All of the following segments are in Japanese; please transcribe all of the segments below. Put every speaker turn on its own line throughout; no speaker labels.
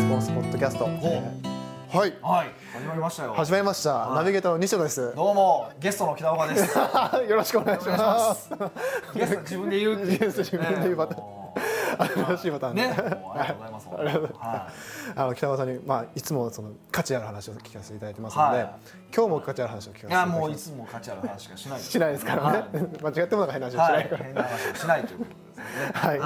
ャスト。はい、
はい、始まりましたよ。
始まりました。ナビゲーターの西野です。
どうも、ゲストの北岡です。
よろしくお願いします。
ゲスト自分で言うっていう。
ゲスト自分で言うパターン
も
新しいパター
う
ン
ね、
で。
もうありがとうございます。
ありがとうござい
は
あの北川さんに、まあ、いつもその価値ある話を聞かせていただいてますので、
はい
今日も価値ある話を聞かせて
い。
い
い
ただき
や、
ます
もういつも価値ある話しかしない。
しないですからね、 間違ってもなんか変な話をし
は。
ないいから、
変な話をしないということですね。
はい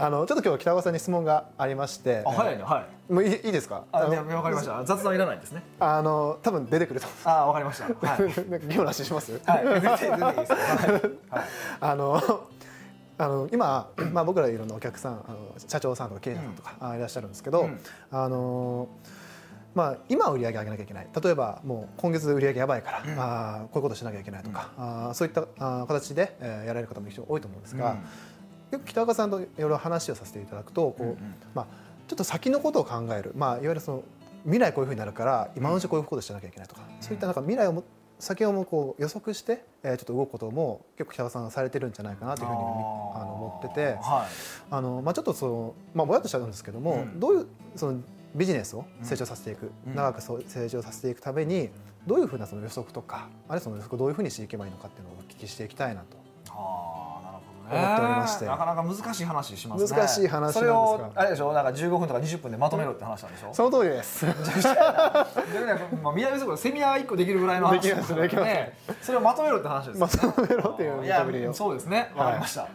あのちょっと今日北川さんに質問がありまして
あ、早いね、はい。
もういいいいですか
あ、
の
ね、わかりました。雑談いらないんですね。
あの多分出てくると思
あ、わかりました。はい。
う なんか議論の話します、
はい、全然全然いいですよ。はい。はい
あの あの今、まあ、僕らいろんなお客さんあの社長さんとか経営者さんとか、あいらっしゃるんですけど、
うん
あのまあ、今売り上げ上げなきゃいけない例えばもう今月売り上げやばいから、あーこういうことしなきゃいけないとか、あーそういったあー形で、えーやられる方も非常に多いと思うんですが、よく北岡さんといろいろ話をさせていただくとこう、
うんうん
まあ、ちょっと先のことを考える、まあ、いわゆるその未来こういうふうになるから今のうちこういうことしなきゃいけないとか、そういったなんか未来をも先をもこう予測して、えーちょっと動くことも結構北川さんはされてるんじゃないかなというふうにみあの思ってて
はい。
あの、まあ、ちょっとその、まあ、ぼやっとしちゃうんですけども、
うん
どういうそのビジネスを成長させていく、
うん
長くそう成長させていくためにどういうふうなその予測とかあるいはその予測をどういうふうにしていけばいいのかっていうのをお聞きしていきたいなと。
あーなるほどね
思っておりまして
なかなか難しい話しますね
難しい話なんですが
それをあれでしょなんか15分とか20分でまとめろって話なん でしょ
その通りです。
でねまあ、南そこセミナー1個できるぐらいの話
できますできます
ねそれをまとめろって話です
まとめろっていう
い
見た
や
ぶりを。
そうですねわかりました、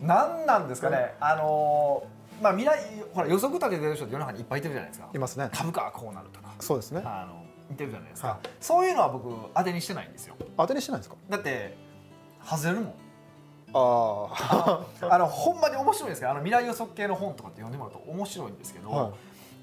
なんなんですかねあのーまあ未来ほら予測立ててる人って世の中にいっぱいいてるじゃないですか
いますね。
株価はこうなるとか
そうですね。
あのいてるじゃないですか、
は
そういうのは僕当てにしてないんですよ
当てにしてないんですか。
だって外れるもん
あ
あのほんまに面白いんですけどあの未来予測系の本とかって読んでもらうと面白いんですけど、
はい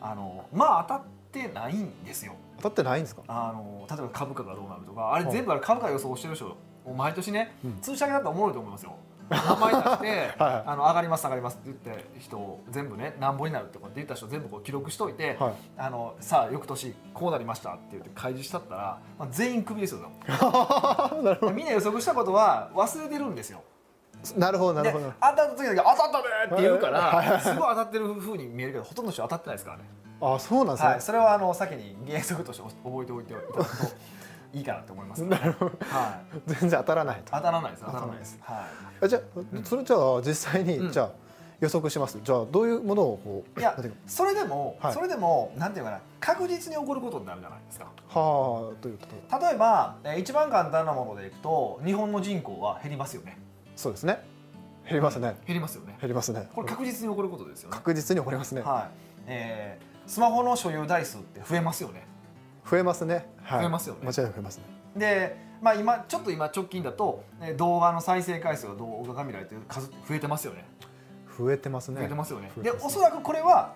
あのまあ当たってないんですよ
当たってないんですか。
あの例えば株価がどうなるとかあれ
はい
全部あれ株価予想してる人を毎年ね、
うん
通知上げだったらおもろいと思 いますよ。名前出して、
はい
あの上がります上がりますって言って人を全部ねなんぼになるってことで言った人を全部こう記録しといて、
はい
あのさあ翌年こうなりましたって言って開示したったら、まあ、全員クビですよ 多分みんな予測したことは忘れてるんですよ。
なるほどな
で
る
当
ほ
た
ど。
った時だけ当たったねって言うか
はい
らすごい当たってる風に見えるけどほとんどの人当たってないですからね、
あそうなんですね。
はい、それはあの先に原則として覚えておいていただくといいかなと思います、ね、はい、
全然当たらないと。
当たらないです当
当
た
た
ら
らないい
なで
ですす、
はい
あじゃあそれじゃあ実際に、
うん
じゃあ予測します。じゃあどういうものをこう。
いや
なんていうか
それでも、
はい
それでもなんていうかな確実に起こることになるじゃないですか
はあということ。
例えば、えー一番簡単なものでいくと日本の人口は減りますよね
そうですね。減りますね。
減りますよね
減りますね。
これ確実に起こることですよね、
確実に起こりますね。
はいえースマホの所有台数って増えますよね
増えますね。はい
増えますよね
間違いなく増えますね。
で、まあ、今ちょっと今直近だと、ね、動画の再生回数が動画が見られてる数増えてますよね
増えてますね。
増えてますよね
増え
で
てます
おそらくこれは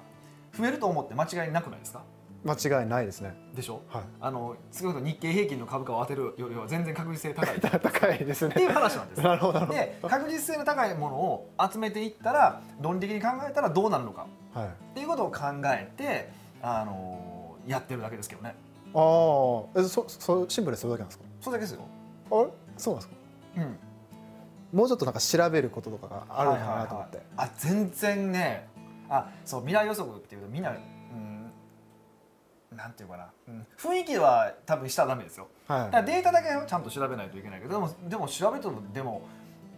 増えると思って間違いなくないですか
間違いないですね。
でしょ
はい。
あの少なくとも日経平均の株価を当てるよりは全然確実性 高 いっ
高いです
てい
ね。
う話なんで す
なるほどなるほ
で確実性の高いものを集めていったら論理的に考えたらどうなるのか
ど。はい。
っていうことを考えて、あのやってるだけですけどね
ああえそそシンプルにそれだけなんですか。
それだけですよ、
あれそうなんですか。
うん、
もうちょっとなんか調べることとかがあるのかなと思って、
はいはいはいあ全然ねあそう未来予測っていうとみんな、うん、なんていうかな、うん、雰囲気は多分したらダメですよ
はい
だからデータだけをちゃんと調べないといけないけどでもでも調べてもでも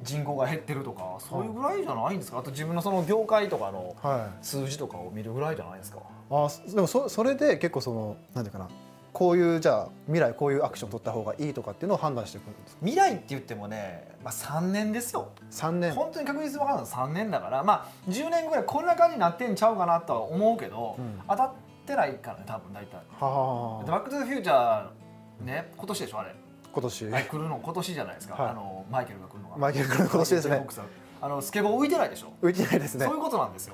人口が減ってるとかそういうぐらいじゃないんですかあと自分のその業界とかの
はい
数字とかを見るぐらいじゃないですか
あそでもそそれで結構そのなんていうかなこういうじゃあ未来こういうアクションを取った方がいいとかっていうのを判断していくんですか
未来って言ってもね、まあ、3年ですよ
三年
本当に確実に分かるのは3年だからまあ10年ぐらいこんな感じになってんちゃうかなとは思うけど、
うん
当たってないからね多分大体
は
で
あ
バック・トゥ・ザ・フューチャーね今年でしょあれ、
今 年、
来るの今年じゃないですか、
はい
あのマイケルが来るのが
マイケル君今年です
マイケ
ね
ルジェイコブズさんあのスケボー浮いてないでしょ
浮いてないですね
そういうことなんですよ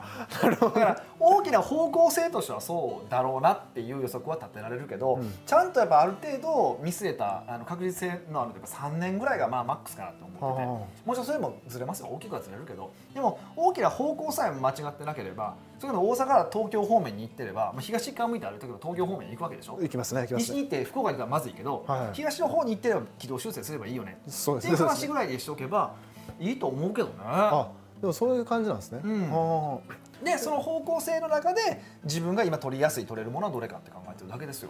だから大きな方向性としてはそうだろうなっていう予測は立てられるけど、
うん
ちゃんとやっぱある程度見据えたあの確実性のあるというか3年ぐらいがまあマックスかなと思ってて、
はあ
もちろんそれもずれますよ大きくはずれるけどでも大きな方向さえ間違ってなければそれでも大阪から東京方面に行ってれば、まあ、東側向いて歩いたけど東京方面に行くわけでしょ
行きますね行きま
西
す
に
ね
行って福岡に行ったらまずいけど、
はい
東の方に行ってれば軌道修正すればいいよね
そう
っ
で
て
す
いう
ねそうで
話
すね
ぐらいでしておけばいいと思うけどね。
あでもそういう感じなんですね。
うん
ああ
でその方向性の中で自分が今取りやすい取れるものはどれかって考えてるだけですよ。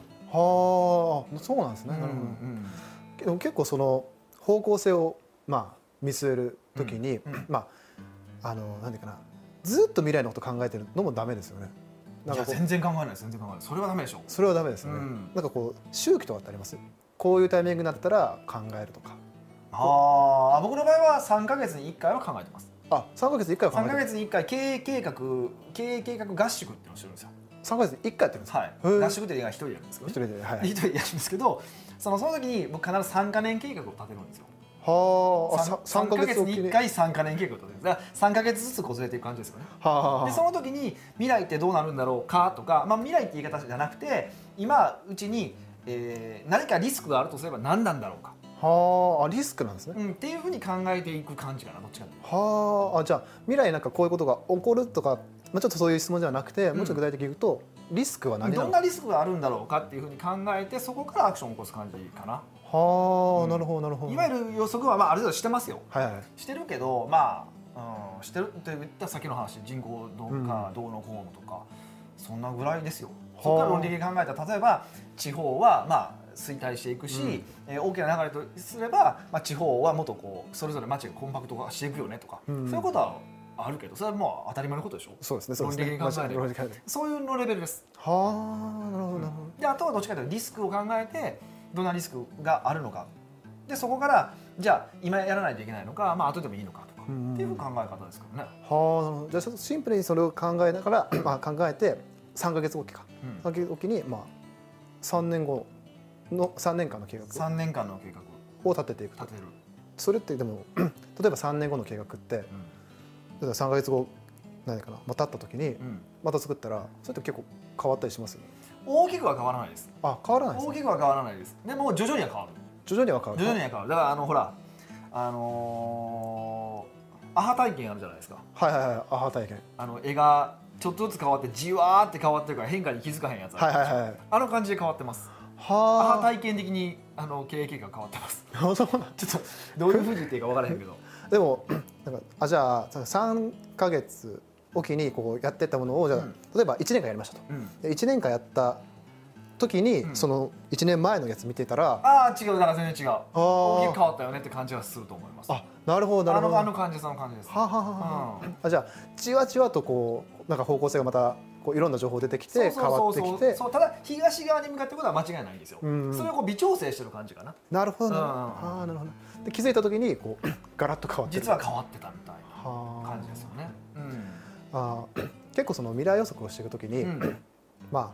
はあ、そうなんですね。なるほど
うん
けど結構その方向性をまあ見据えるときに、
うんうん
まああのなんていうかな、ずっと未来のこと考えてるのもダメですよね。なん
いや
かこう
全然考えないです全然考えないそれはダメでしょ。
それはダメですよね。
うん
なんかこう周期とかってあります。こういうタイミングになったら考えるとか。
ああ僕の場合は三ヶ月に一回は考えてます。
あ、三ヶ月に一回は考
三
え
ヶ
てる。
月に一回経営計画経営計画合宿っていうのをしてるんですよ。
三ヶ月に一回やってるんですか。
はい。
へー
合宿っていうのは一人でやるんですけど
一
ね、
人で、はい。
一人でやるんですけど、そのその時に僕必ず三カ年計画を立てるんですよ。
はあ、
三
さ
三ヶ月
おき
に一回三カ年計画を立てるんです。だから三ヶ月ずつこずれていく感じですよね。
はあ、はあ、
でその時に未来ってどうなるんだろうかとか、まあ、未来って言い方じゃなくて今うちに、えー何かリスクがあるとすれば何なんだろうか、
はああ、リスクなんですね。
うん、っていうふうに考えていく感じかなどっちかっていう
はああ、じゃあ未来なんかこういうことが起こるとか、まあちょっとそういう質問じゃなくて、もうちょっと具体的に言うと、リスクは何
と
な
ど
の
ん
か。
なリスクがあるんだろうかっていうふうに考えてそこからアクションを起こす感じかな、
はあ、
うん
なるほどなるほど。
いわゆる予測は、まあ、ある程度してますよ
はいはい。
してるけどまあ、うん、してるって言った先の話人口どうか、
うん
どうのこうのとかそんなぐらいですよ。
はあ
そこから論理的に考えたら例えば地方はまあ衰退していくし、
うん
えー大きな流れとすれば、まあ、地方はもっとこうそれぞれ町がコンパクト化していくよねとか、
うん
そういうことはあるけどそれはもう当たり前のことでしょ
そうですね。そうですね。
論理的に考えれば
論理的に考えれ
そういうのレベルです
ばはあ、なるほどなるほど。
であとはどっちかというとリスクを考えてどんなリスクがあるのかでそこからじゃあ今やらないといけないのか、まあ後でもいいのかとか、
うん
っていう考え方ですから
は
ね。
あ、なるほど。じゃあちょっとシンプルにそれを考えながら、まあ考えて三ヶ月おきか。
うん
三ヶ月おきにまあ三年後の三年間の計画
3年間の計画を
を立てていくと。
立てる、
それってでも 例えば三年後の計画って、例えば三ヶ月後何かな、まあ経った時に
うん
また作ったら、それって結構変わったりしますよね。
大きくは変わらないです
あ、変わらないです
大
ね。
きくは変わらないですでも徐々には変わる
徐々には変わ
徐々
る。
には変わるだからあのほらあのーアハ体験あるじゃないですか
はいはいはい。あ、体験。
あの絵がちょっとずつ変わってじわーって変わってるから変化に気づかへんやつある
はいはいはい。
あの感じで変わってますアハ
は
体験的にあの経営計画が変わってます
あ。 そうなん
ちょっとどういうふうに言っていいか分からへん けど
でも なんかあじゃあ3か月おきにこうやってったものをじゃあ、
うん
例えば1年間やりましたと
うん
で1年間やった時に、
うん
その1年前のやつ見てたらあ
ああ違うだから全然違う
あ
大きく
ー
変わったよねって感じはすると思いますあ
あなるほどなるほ
の
ど
あの感じその感じです
はあはあはあはああじゃあじわじわとこうなんか方向性がまたこういろんな情報出てきて変わってきて
そうただ東側に向かってことは間違いないんですよ、
うんうん
それをこう微調整してる感じかな
なるほどなるほど
うん
あーなるほどで気づいた時にこう ガラッと変わってる
実は変わってたみたいな
は
感じですよね、
ああー 結構その未来予測をしていく時に、
うんうん
ま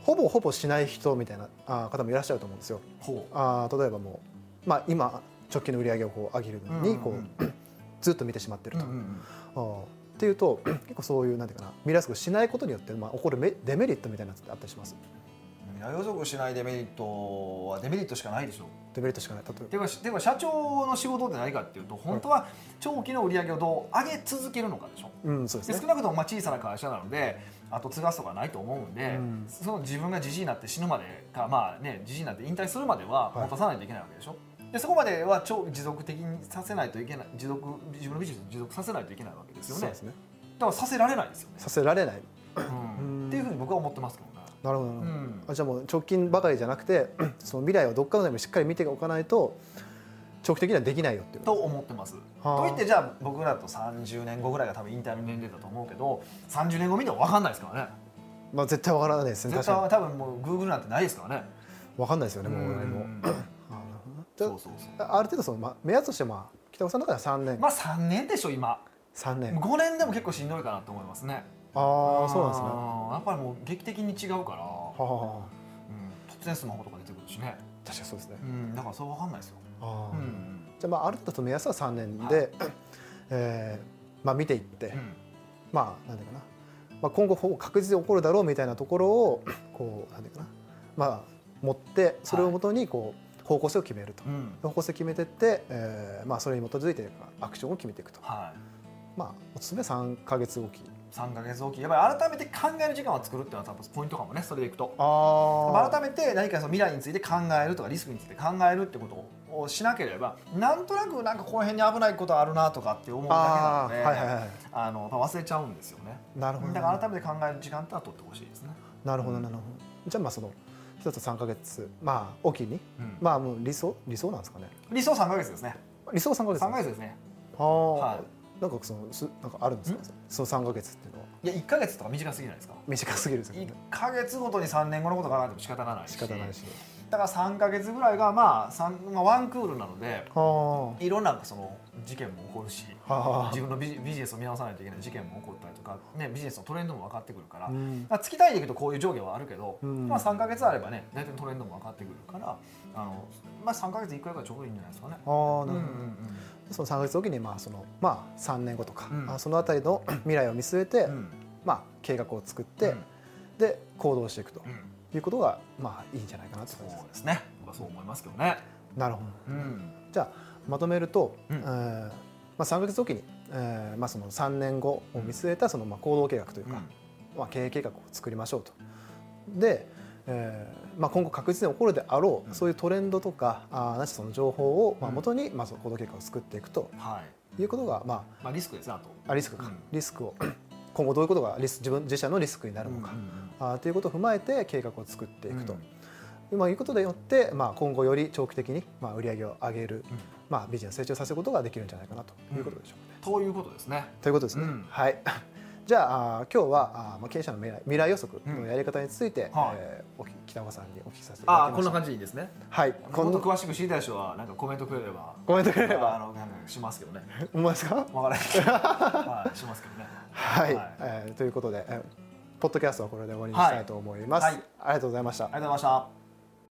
あ、ほぼほぼしない人みたいなあー方もいらっしゃると思うんですよ。
ほう
あー例えばもう、まあ、今直近の売り上げをこう上げるのにこう、
うんうん
ずっと見てしまってると。
うんうん
あーっていうと 結構そういうなんていうかな未来予測をしないことによって、まあ、起こるメデメリットみたいなのってあったりします
うんいや予測しないデメリットはデメリットしかないでしょ
デメリットしかない例え
てかしてか社長の仕事って何かっていうと本当は長期の売り上げをどう上げ続けるのかでしょ
ば、うん、そうです
で
ね
少なくともまあ小さな会社なので後継がすとかないと思うんで、
うん
その自分がじじいになって死ぬまでかまあねじじいになって引退するまでは
はい
持たさないといけないわけでしょ、でそこまでは超持続的にさせないといけない持続自分のビジネスを持続させないといけないわけですよ
そう
ね
ですね
だからさせられないですよね、
させられない
うん
うん
っていうふうに僕は思ってますけどね、
なるほどなる
う
ほど、
ん
あじゃあもう直近ばかりじゃなくて その未来をどっかのでもしっかり見ておかないと長期的にはできないよっていう
と思ってます
はあ
といってじゃあ僕らと30年後ぐらいが多分引退の年齢だと思うけど30年後見ても分かんないですからね
まあ、絶対わからないですね
絶
確
対
か
は多分もうグーグルなんてないですからね
にわかんないですよねもう
う
俺
ん
もあーなるほどなじゃあ
そうそうそう
ある程度その、まあ、目安として、まあ、北尾さんの中では3年、
まあ3年でしょ今
三年
5年でも結構しんどいかなと思いますね
ああそうなんですねは
やっぱりもう劇的に違うか
あ
ら、
はあは
うん、突然スマホとか出てくるしね、
あ確かにそうですね
うん、だからそれ分かんないですよ、
あ
う
ー、
ん
じゃあまあある程度の目安は3年で、
は
えーまあ見ていって、
うん
まあなんていうかな、まあ、今後ほぼ確実に起こるだろうみたいなところをこうなんていうかなまあ持ってそれをもとにこう方向性を決めると、
うん
方向性決めてって、えーまあ、それに基づいてアクションを決めていくと
は
まあおすすめ3か月おき
3か月おきやっぱり改めて考える時間を作るっていうのは多分ポイントかもねそれでいくと
あ
改めて何かその未来について考えるとかリスクについて考えるってことをしなければなんとなくなんかこの辺に危ないことあるなとかって思うだ
あ
け
ー
なので
はいはいは
あのやっぱ忘れちゃうんですよね
いなるほど
だから改めて考える時間ってのは取ってほしいですね、
なるほどなるほどじゃあまあその一つ3か月まあおきに
うん
まあもう理想理想なんですかね
理想3か月ですね
理想3か月
3か月ですね
ああ、
は
なんかそのすなんかあるんですかその3か月っていうのはい
や1か月とか短すぎないですか
短すぎるんですよ
1
ね
か月ごとに3年後のこと考えても仕方がないし
仕方ないし
だから3か月ぐらいがまあ三、まあ、ワンクールなので
あー
いろんなその事件も起こるし
あ
自
ー
分のビジビジネスを見直さないといけない事件も起こったりとか、ね、ビジネスのトレンドも分かってくるから,、
うん
まあ、月単位でいくとこういう上下はあるけど、
うん
まあ、3か月あればね大体のトレンドも分かってくるからあの、まあ、3か月1回がちょうどいいんじゃないですかね。
あー
う
なんる
うん
ほどその3か月おきにまあそのまあ3年後とか、
うん
あそのあたりの 未来を見据えて、
うんうん
まあ計画を作って、
うん
で行動していくと
うん
いうことがまあいいんじゃないかなって
そ
感じです
う。ですね僕はそう思いますけどね。
なるほど。
うん
じゃあまとめると、
うん
えーまあ3ヶ月おきに、えーまあその3年後を見据えたそのまあ行動計画というか、まあ経営計画を作りましょうと。で、えーまあ今後確実に起こるであろう、
うん
そういうトレンドとかあーなしその情報をまあ
うん
元にまあその行動計画を作っていくと
はい
いうことがま
まあ、リスクですねあと。
ああリスクか、
うん
リスクを 今後どういうことがリス自分自社のリスクになるのか。
うんうんうん
あーということを踏まえて計画を作っていくと、
うん
まあ、いうことでよって、まあ、今後より長期的に、まあ、売り上げを上げる、まあ、ビジネスを成長させることができるんじゃないかなということでしょうね。
ということですね。
ということですね。
うん
はい、 じゃああー今日はあー、まあ、経営者の未来未来予測のやり方について、
はい
えーお聞き北岡さんにお聞きさせていただ
ああ
きま
こん
した。
な感じでいいですね。
はい、
こ
こ
ん
ん
な
な
詳しく知りたい人はなんかコメントくれれば。
コメントくれれば
あのなんかしま すけどね。
思いますか？
わからないけど。はいしますけどね。
はい、
はい
えーということで、えーポッドキャストはこれで終わりにしたいと思います。
はい
ありがとうございました。
ありがとうございました。